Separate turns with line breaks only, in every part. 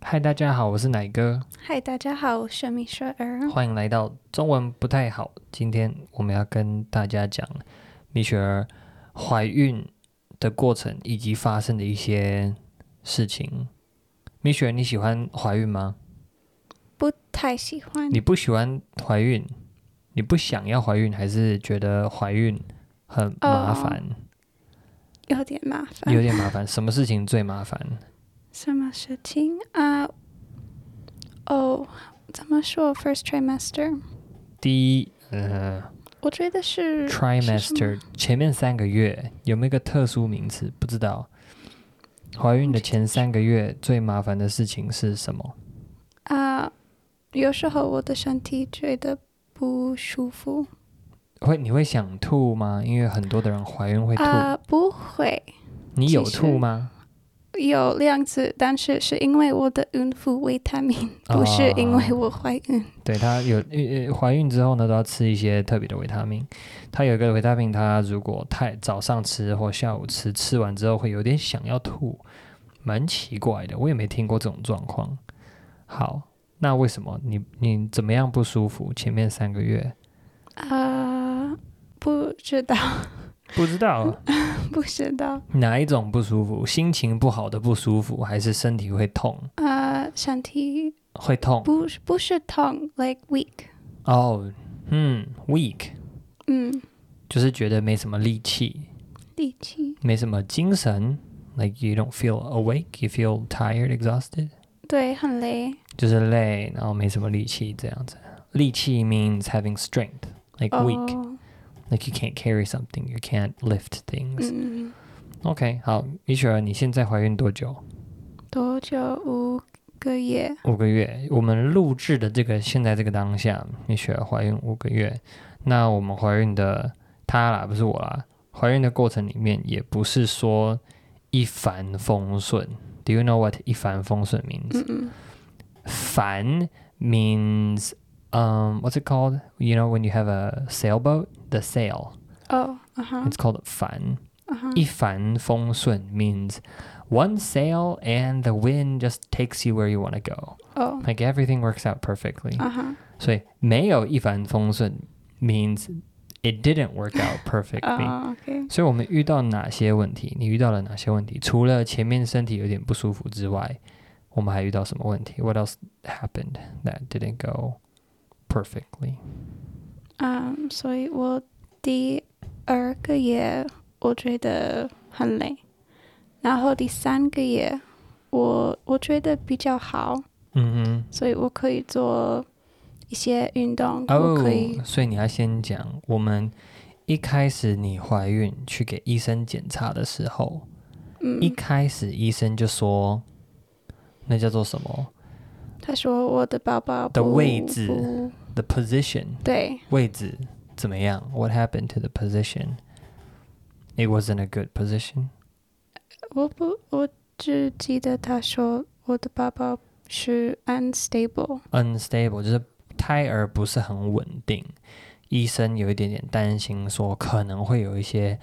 嗨，大家好，我是奶哥，
嗨，大家好，我是米雪儿。
欢迎来到中文不太好。今天我们要跟大家讲米雪儿怀孕的过程以及发生的一些事情。米雪儿，你喜欢怀孕吗？
不太喜欢
你不喜欢怀孕，你不想要怀孕，还是觉得怀孕很麻烦，
有点麻
有
烦。
点麻烦？什么事情最麻烦？
什么事情啊？哦，怎么说？First trimester，
第一，呃
我觉得是
，trimester 前面三个月有没有一个特殊名词？不知道。怀孕的前三个月最麻烦的事情是什么？
啊。有时候我的身体觉得不舒服
会你会想吐吗？因为很多的人怀孕会吐，
啊，不会
你有
其实
吐吗？
有两次，但是是因为我的孕妇维他命，
啊
不是因为我怀孕。
对她有呃呃怀孕之后呢，都要吃一些特别的维他命。她有一个维他命，她如果太早上吃或下午吃，吃完之后会有点想要吐，蛮奇怪的。我也没听过这种状况。好，那为什么你你怎么样不舒服？前面三个月
啊，不知道，
不知道啊
不知道
哪一种不舒服，心情不好的不舒服，还是身体会痛？
啊，身体
会痛
不是不是痛，like weak，
哦，嗯，weak
嗯，
就是觉得没什么力气，
力气，
没什么精神，like you don't feel awake, you feel tired, exhausted，
对，很累，
就是累，然后没什么力气这样子。力气 means having strength, like
哦，
weak, like you can't carry something, you can't lift things.
嗯，
OK，好，米雪儿，你现在怀孕多久？
多久？五个月，
五个月。我们录制的这个现在这个当下，米雪儿怀孕五个月。那我们怀孕的她啦，不是我啦，怀孕的过程里面也不是说一帆风顺。Do you know what 一帆风顺 means？
嗯嗯，
fan means um what's it called you know when you have a sailboat the sail
哦，啊哈
it's，called fan
啊哈，
一帆风顺 means one sail and the wind just takes you where you want to go
哦，
like everything works out perfectly
啊哈，
所以没有一帆风顺 means it didn't work out perfectly
啊，OK，
所以我们遇到哪些问题？你遇到了哪些问题？除了前面身体有点不舒服之外，我们还遇到什么问题？What else happened that didn't go perfectly？
嗯，所以我第二个月我觉得很累，然后第三个月我我觉得比较好，
嗯
所以我可以做一些运动，
哼，
我
哦、
可以，
所以你要先讲，我们一开始你怀孕去给医生检查的时候，
嗯，
一开始医生就说，那叫做什么
他说我的宝宝
的
不
位置
不
？The position
对，
位置怎么样？What happened to the position? It wasn't a good position.
我不，我只记得他说我的宝宝是 unstable。
unstable，就是胎儿不是很稳定，医生有一点点担心，说可能会有一些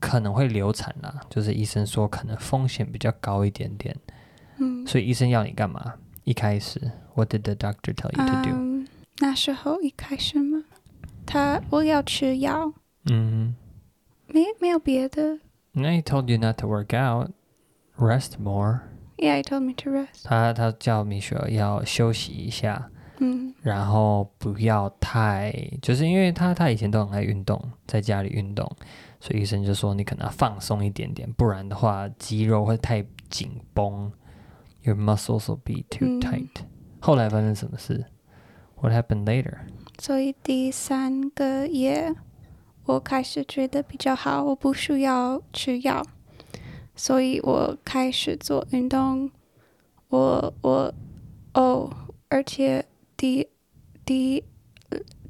可能会流产啦，就是医生说可能风险比较高一点点，
嗯，
所以医生要你干嘛？一开始，What did the doctor tell you to do？
嗯，那时候一开始嘛，他我要吃药，
嗯
没没有别的。
那 he 嗯 told you not to work out, rest more。
Yeah, he told me to rest.
他他叫米雪儿要休息一下，
嗯
然后不要太，就是因为他他以前都很爱运动，在家里运动，所以医生就说你可能要放松一点点，不然的话肌肉会太紧绷，your muscles will be too
嗯
tight、后来发生什么事？What happened later？
所以第三个月我开始觉得比较好，我不需要吃药，所以我开始做运动。我我哦，而且第第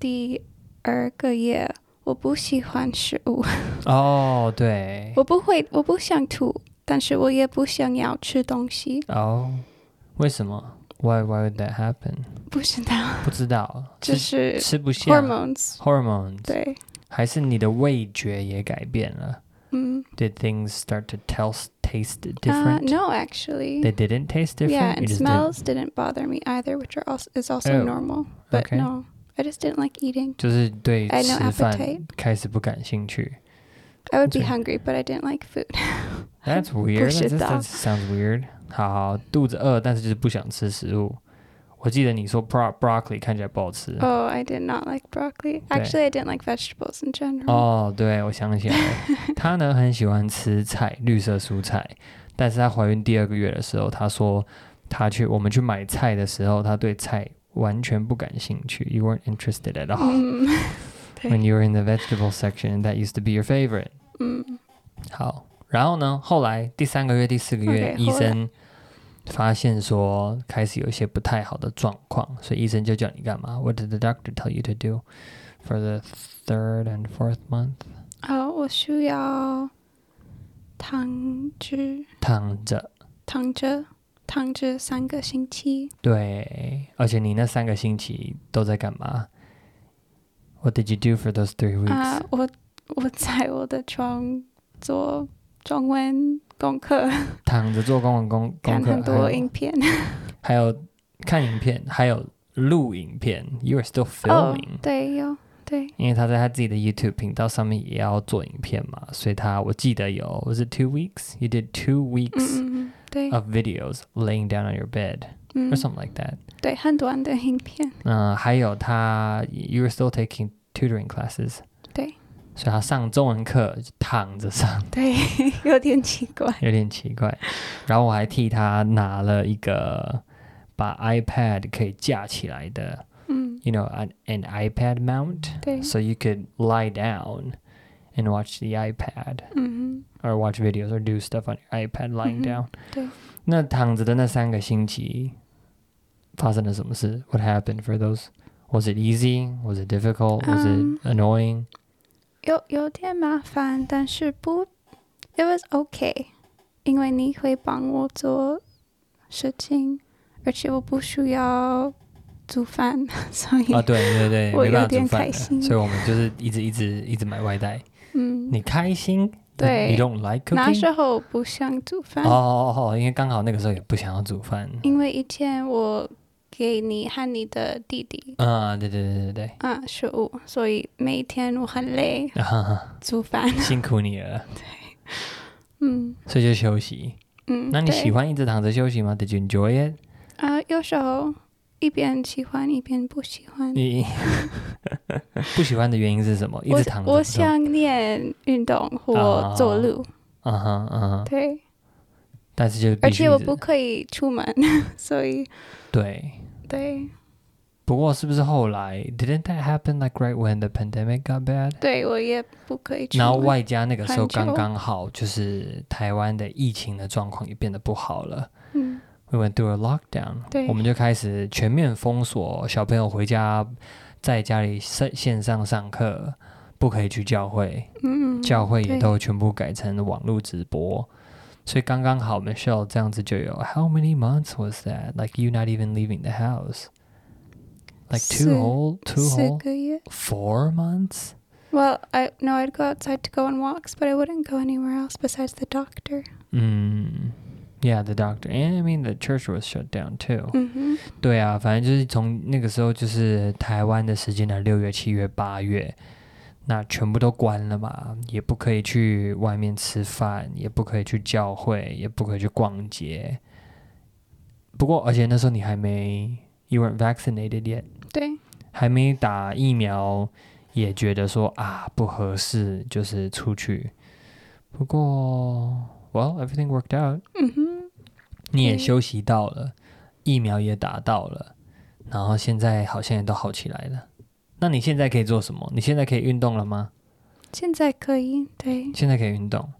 第二个月我不喜欢食物，
哦、对，
我不会，我不想吐，但是我也不想要吃东西，
哦、为什么？Why why would that happen？
不知道，
不知道，
就
吃
是
吃不下
hormones，
hormones，
对，
还是你的味觉也改变了
嗯
？Did things start to tell taste
Uh,
different?
no, actually.
They didn't taste different? You
yeah, and
just didn't-
smells didn't. bother me either, which are also is also
Oh,
normal. But
okay.
no, I just didn't like eating.
就是对
I know
吃饭
appetite.
开始不感兴 趣。
I would be
Okay.
hungry, but I didn't like food.
That's weird. That
知
just-
道
that sounds weird. 好好，肚子饿，但是就是不想吃食物。我记得你说 bro broccoli 看起来不好吃。
Oh, I did not like broccoli. Actually, I didn't like vegetables in general.
哦，对，我想起来 了，她呢很喜欢吃菜，绿色蔬菜。但是她怀孕第二个月的时候，她说她去我们去买菜的时候，她对菜完全不感兴趣。You weren't interested at all
嗯，
when
对，
you were in the vegetable section. That used to be your favorite.
嗯，
好，然后呢，后来第三个月、第四个月
OK，
医
后来
生发现说开始有一些不太好的状况，所以医生就叫你干嘛？What did the doctor tell you to do for the third and fourth month？
哦，我需要躺着
躺着。
躺着躺着三个星期。
对，而且你那三个星期都在干嘛？What did you do for those three weeks？、
啊、我我 在我的床做中文功课，
躺着做公文功功
看
课，
很多
还有
影片。
还有看影片，还有录影片。You are
Oh。
still
哦
filming，、，
对，有对，
因为他在他自己的 YouTube 频道上面也要做影片嘛，所以他我记得有，was it two weeks？You did two
嗯
weeks
嗯嗯，对，
of videos laying down on your bed
嗯
or，something like that。
对，很短的影片。
嗯，还有他，you were still taking tutoring classes。
对。
所以他上中文课就躺着上，
对，有点奇 怪。
有点奇怪。然后我还替他拿了一个把 iPad 可以架起来的
嗯，
，you know an an iPad mount，
对，
so you could lie down and watch the iPad
嗯
or watch videos or do stuff on your iPad lying
嗯哼
down。
对。
那躺着的那三个星期发生了什么事？What happened for those? Was it easy? Was it difficult? Was
Um,
it annoying?
有有点麻烦，但是不，it was okay，因为你会帮我做事情，而且我不需要煮饭，所以、
啊，对对对，
我
没办
有
法煮
点
饭
开
的，
心
所以我们就是一直一直一直买外带。
嗯，
你开心？你
对
你 don't like
那
cooking？
时候不想煮饭，
哦哦哦，哦因为刚好那个时候也不想要煮饭。
因为以前我给你和你的弟弟
啊，对对对对对
啊、食物，所以每天我 很累，
啊哈哈，
煮饭，
辛苦你了，
嗯
所以就休息。
嗯，
那你
对
喜欢一直躺着休息吗？Did you enjoy it？
啊、有时候一边喜欢一边不喜欢。
你不喜欢的原因是什么？一直躺着
我，我
不动
想念运动
啊
或走路，
嗯哼嗯哼，
对，
但是就必
而
须
且我
一直
不可以出门， 所以
对。
对
不过是不是后来 didn't that happen like right when the pandemic got bad？
对，我也不可以出门。
然后外加那个时候
很久
刚刚好，就是台湾的疫情的状况也变得不好了。
嗯
We went through a lockdown，
对
我们就开始全面封锁，小朋友回家，在家里线线上上课，不可以去教会，
嗯，嗯
教会也
对
都全部改成网络直播，所以刚刚好 Michelle 这样子就有 How many months was that? Like you not even leaving the house, like
四
two whole, two
四
whole
个月。
four months.
Well, I no, I'd go outside to go on walks, but I wouldn't go anywhere else besides the doctor.
嗯，Yeah, Mm. the doctor and I mean the church was shut down too.
嗯哼，
对啊，反正就是从那个时候，就是台湾的时间呢，六月、七月、八月，那全部都关了嘛，也不可以去外面吃饭，也不可以去教会，也不可以去逛街。不过，而且那时候你还没，you weren't vaccinated yet，
对，
还没打疫苗，也觉得说啊不合适，就是出去。不过，well everything worked out。
嗯哼，
你也
嗯
休息到了，疫苗也打到了，然后现在好像也都好起来了。那你现在可以做什么？你现在可以运动了吗？
现在可以，对
现在可以运动。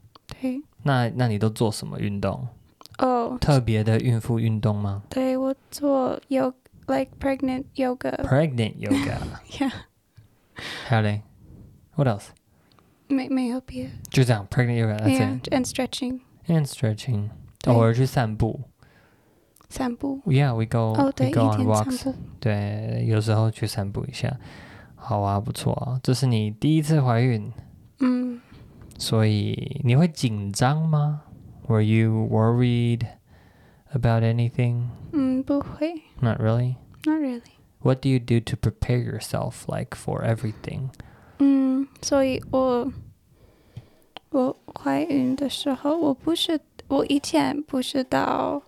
对。
那那你都做什么运动？
哦，
特别的孕妇运动吗
对我做 yoga like pregnant yoga，
？Pregnant yoga。
呃 Yeah.
还有嘞，What else？
没没有别的
就这样，Pregnant yoga。That's
，yeah
it.
and stretching
And stretching。
对
偶尔去散步。
散步。
Yeah, we go.
哦，对，
we
一
Oh, go on
天散
walks.
步。
对，有时候去散步一下。好啊，不错啊。这是
Mm,
你第一次怀孕。
嗯，
所以你会紧张吗 Were you worried about anything?
嗯，不会
Not really.
mm, ，not really。
What do you do to prepare yourself like for everything?
嗯，所以我我怀孕的时候，我不是我以前不知道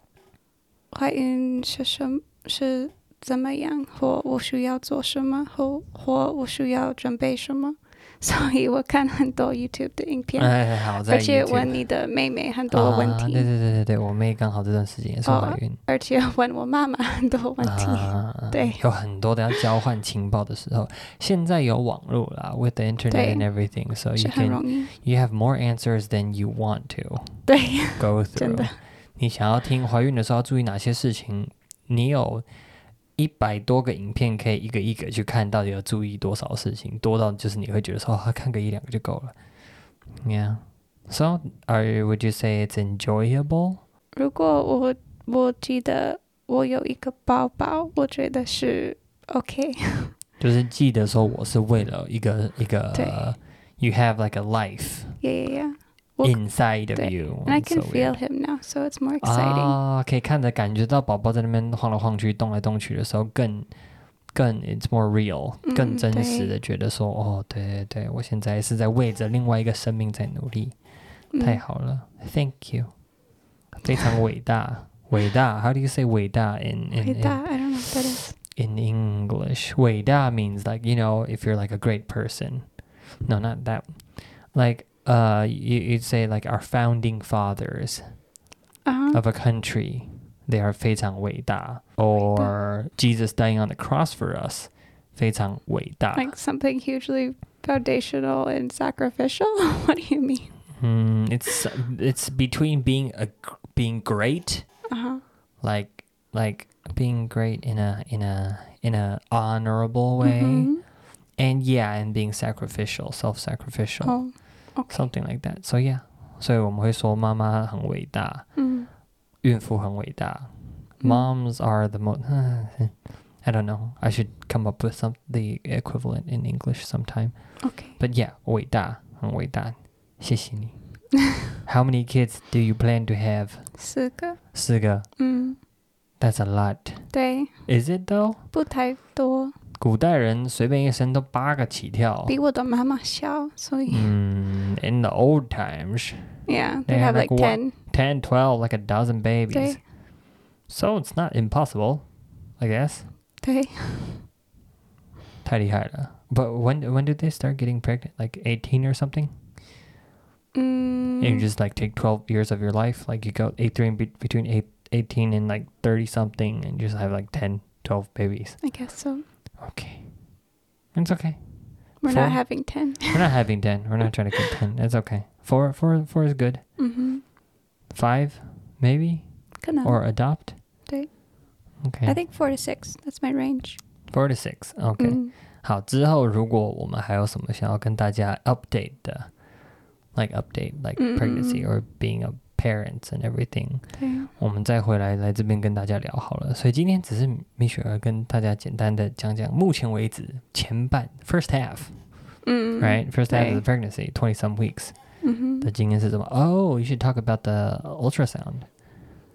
怀孕是什么是怎么样，或我需要做什么，或或我需要准备什么， 所以我看很多 YouTube 的影片，
哎， 好在
而且
YouTube
问你的妹妹很多问
啊
题，
对对对对对，我妹刚好这段时间也是
哦
怀孕，
而且问我妈妈很多问题。
啊，
对
有很多的要交换情报的时候，现在有网络啦，with the internet
对
and everything，so
是
you
很
can
容 易，
you have more answers than you want to
对，
go
真
through
的。
你想要听怀孕的时候要注意哪些事情？你有一百多个影片可以一个一个去看，到底要注意多少事情？多到就是你会觉得说，哦、看个一两个就够了。Yeah. So, are would you say it's enjoyable?
如果我我记得我有一个包包，我觉得是 OK。
就是记得说我是为了一个一个
对
y o u have like a life
Yeah, yeah, yeah. 我
inside of
对
you.
And I
It's so
can feel
weird. Ah,
him now, so it's more exciting.
啊，可以看着感觉到宝宝在那边晃来晃去、动来动去的时候，更更 it's more real，、
嗯
更真实
对
的觉得说，哦，对对对，我现在是在为着另外一个生命在努力，太
嗯，
好了，Thank you，非常伟 大，伟大。How do you say 伟大 in in
回
in-
答，I don't know what that is.
in English. 伟大 means like, you know, if you're like a great person. No, not that. Like, uh, you, you'd say like our founding fathers
啊、
of a country, they are 非常伟大. Or Jesus dying on the cross for us, 非常伟大.
like something hugely foundational and sacrificial. what do you mean?
Mm, it's it's between being a being great,
啊、哈
like like being great in a in a in a honorable way,
嗯
and yeah, and being sacrificial, self-sacrificial.
哼哦 OK，
something like that. So yeah，所以我们会说妈妈很伟大，
嗯
孕妇很伟大。
嗯
Moms are the most. I don't know. I should come up with some the equivalent in English sometime.
，OK，
But yeah，伟大，很伟大。谢谢你。How many kids do you plan to have?
四个，
四个。
嗯，
That's a lot.
对，
Is it though?
不太多，
古代人随便一生都八个起跳。
比我的妈妈小，所以、
嗯，In the old times,
yeah,
Mm. They
they
have
have
like what?
like ten.
10, 12, like a dozen babies.
对
So it's not impossible, I guess.
对，
太厉害了. uh, But when when did they start getting pregnant? Like 18 or something?
嗯
And you just like take 12 years of your life, like you go 18 be- between eight, 18 and like 30 something and just have like 10, 12 babies.
I guess so.
Okay. It's okay.
We're
Four.
not having 10.
We're not having 10. We're not trying to get 10. It's okay. 4 4 4 is good.
Mm-hmm.
5 maybe
Good enough.
or adopt.
Right.
Okay.
Uh-huh. I think Mm-hmm. 4 to 6. That's my range. Mm.
4 to 6. Okay. 好，之后如果我们还有什么想要跟大家 update 的，like update like
嗯嗯嗯
pregnancy or being a parents and everything，
嗯，对。
我们再回来来这边跟大家聊好了。所以今天只是米雪儿跟大家简单的讲讲，目前为止前半 first half，right
嗯，
first half
对。
of the pregnancy twenty some weeks
嗯哼。
的经验是什么？Oh, you should talk about the ultrasound。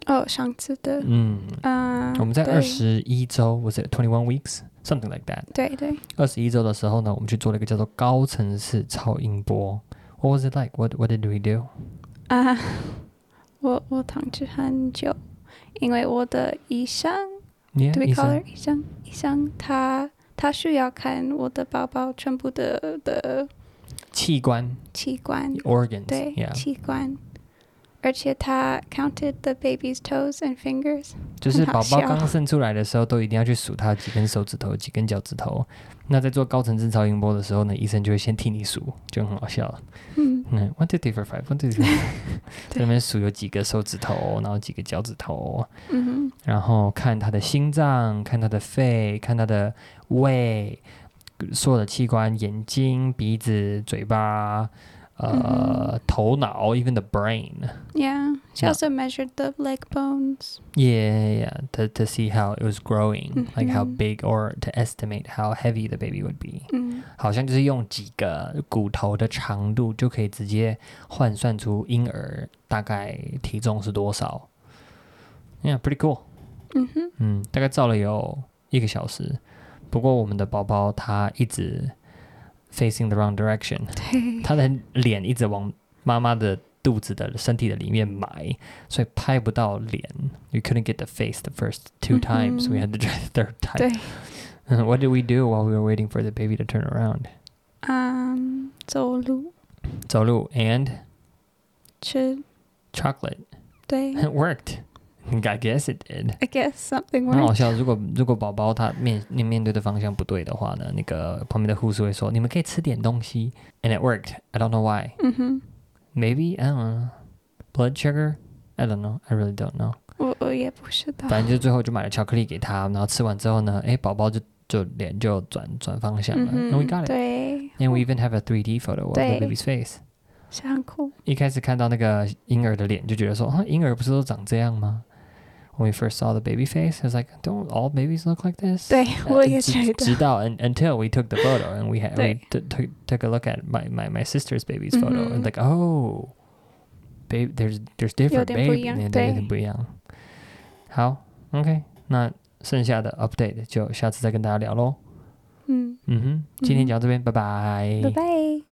Oh, 哦，上次的，
嗯，
呃，
我们在
对。
二十一周，was it twenty one weeks something like that？
对，对。
二十一周的时候呢，我们去做了一个叫做高层次超音波。What was it like? What What did we do?
啊，我-我躺着很久，因为我的医生，
Yeah,
do we
医
call
生
her 医生？医生他-他需要看我的宝宝全部的-
器官
的器官。
organs.
对
Yeah，
器官，而且他 Er counted the baby's toes and fingers。
就是
很
宝
好
宝
笑
刚生出来的时候，都一定要去数他几根手指头、几根脚趾头。那在做高层次超音波的时候呢，医生就会先替你数，就很好笑了。
嗯，
嗯，one two three four five, one two three，four, five 在那边数有几个手指头，然后几个脚趾头，
嗯
然后看他的心脏，看他的肺，看他的胃，所有的器官，眼睛、鼻子、嘴巴，
嗯
呃、头脑，even the brain.
Yeah. She
No.
also measured the leg bones.
Yeah, yeah, yeah, to to see how it was growing, like how
Mhm.
big or to estimate how heavy the baby would be.
嗯
好像就是用几个骨头的长度就可以直接换算出婴儿大概体重是多少。Yeah, pretty cool.
嗯哼，
嗯，大概照了有一个小时。不过我们的宝宝他一直 facing the wrong direction，
对，
他的脸一直往妈妈的肚子的身体的里面埋，所以拍不到脸。We couldn't get the face the first two
嗯哼
times, we had to try the third
Mm-hmm。 对
time.，What did we do while we were waiting for the baby to turn around?
嗯，走路
走路 and
吃，
chocolate.
对
It worked. I guess it did.
，I guess something
很好
worked.
笑。如果如果宝宝他面你面对的方向不对的话呢，那个旁边的护士会说：“你们可以吃点东西。” And it worked. I don't know why.
嗯哼，
Maybe I don't know. Blood sugar. I don't know. I really don't know.
我我也不知道。
反正就最后就买了巧克力给他，然后吃完之后呢，哎，宝宝就就脸就转转方向
嗯
了。And we
哼，
got it.
对，
And we even have a 3D photo of the
对
baby's face.
是很酷。
一开始看到那个婴儿的脸，就觉得说，啊，婴儿不是都长这样吗？When we first saw the baby face, I was like, don't all babies look like this?
对，
Uh,
我也
直
觉得。
直到 un- until we took the photo and we had we
对。
t- took took a look at my my my sister's baby's photo and
嗯哼。
like oh, babe, there's there's different
有点不一
baby，
样，
对，
对。
有点不一样。好，OK，那剩下的 update 就下次再跟大家聊喽。
嗯，
嗯哼，今天
嗯哼。
讲到这边，拜拜
拜拜。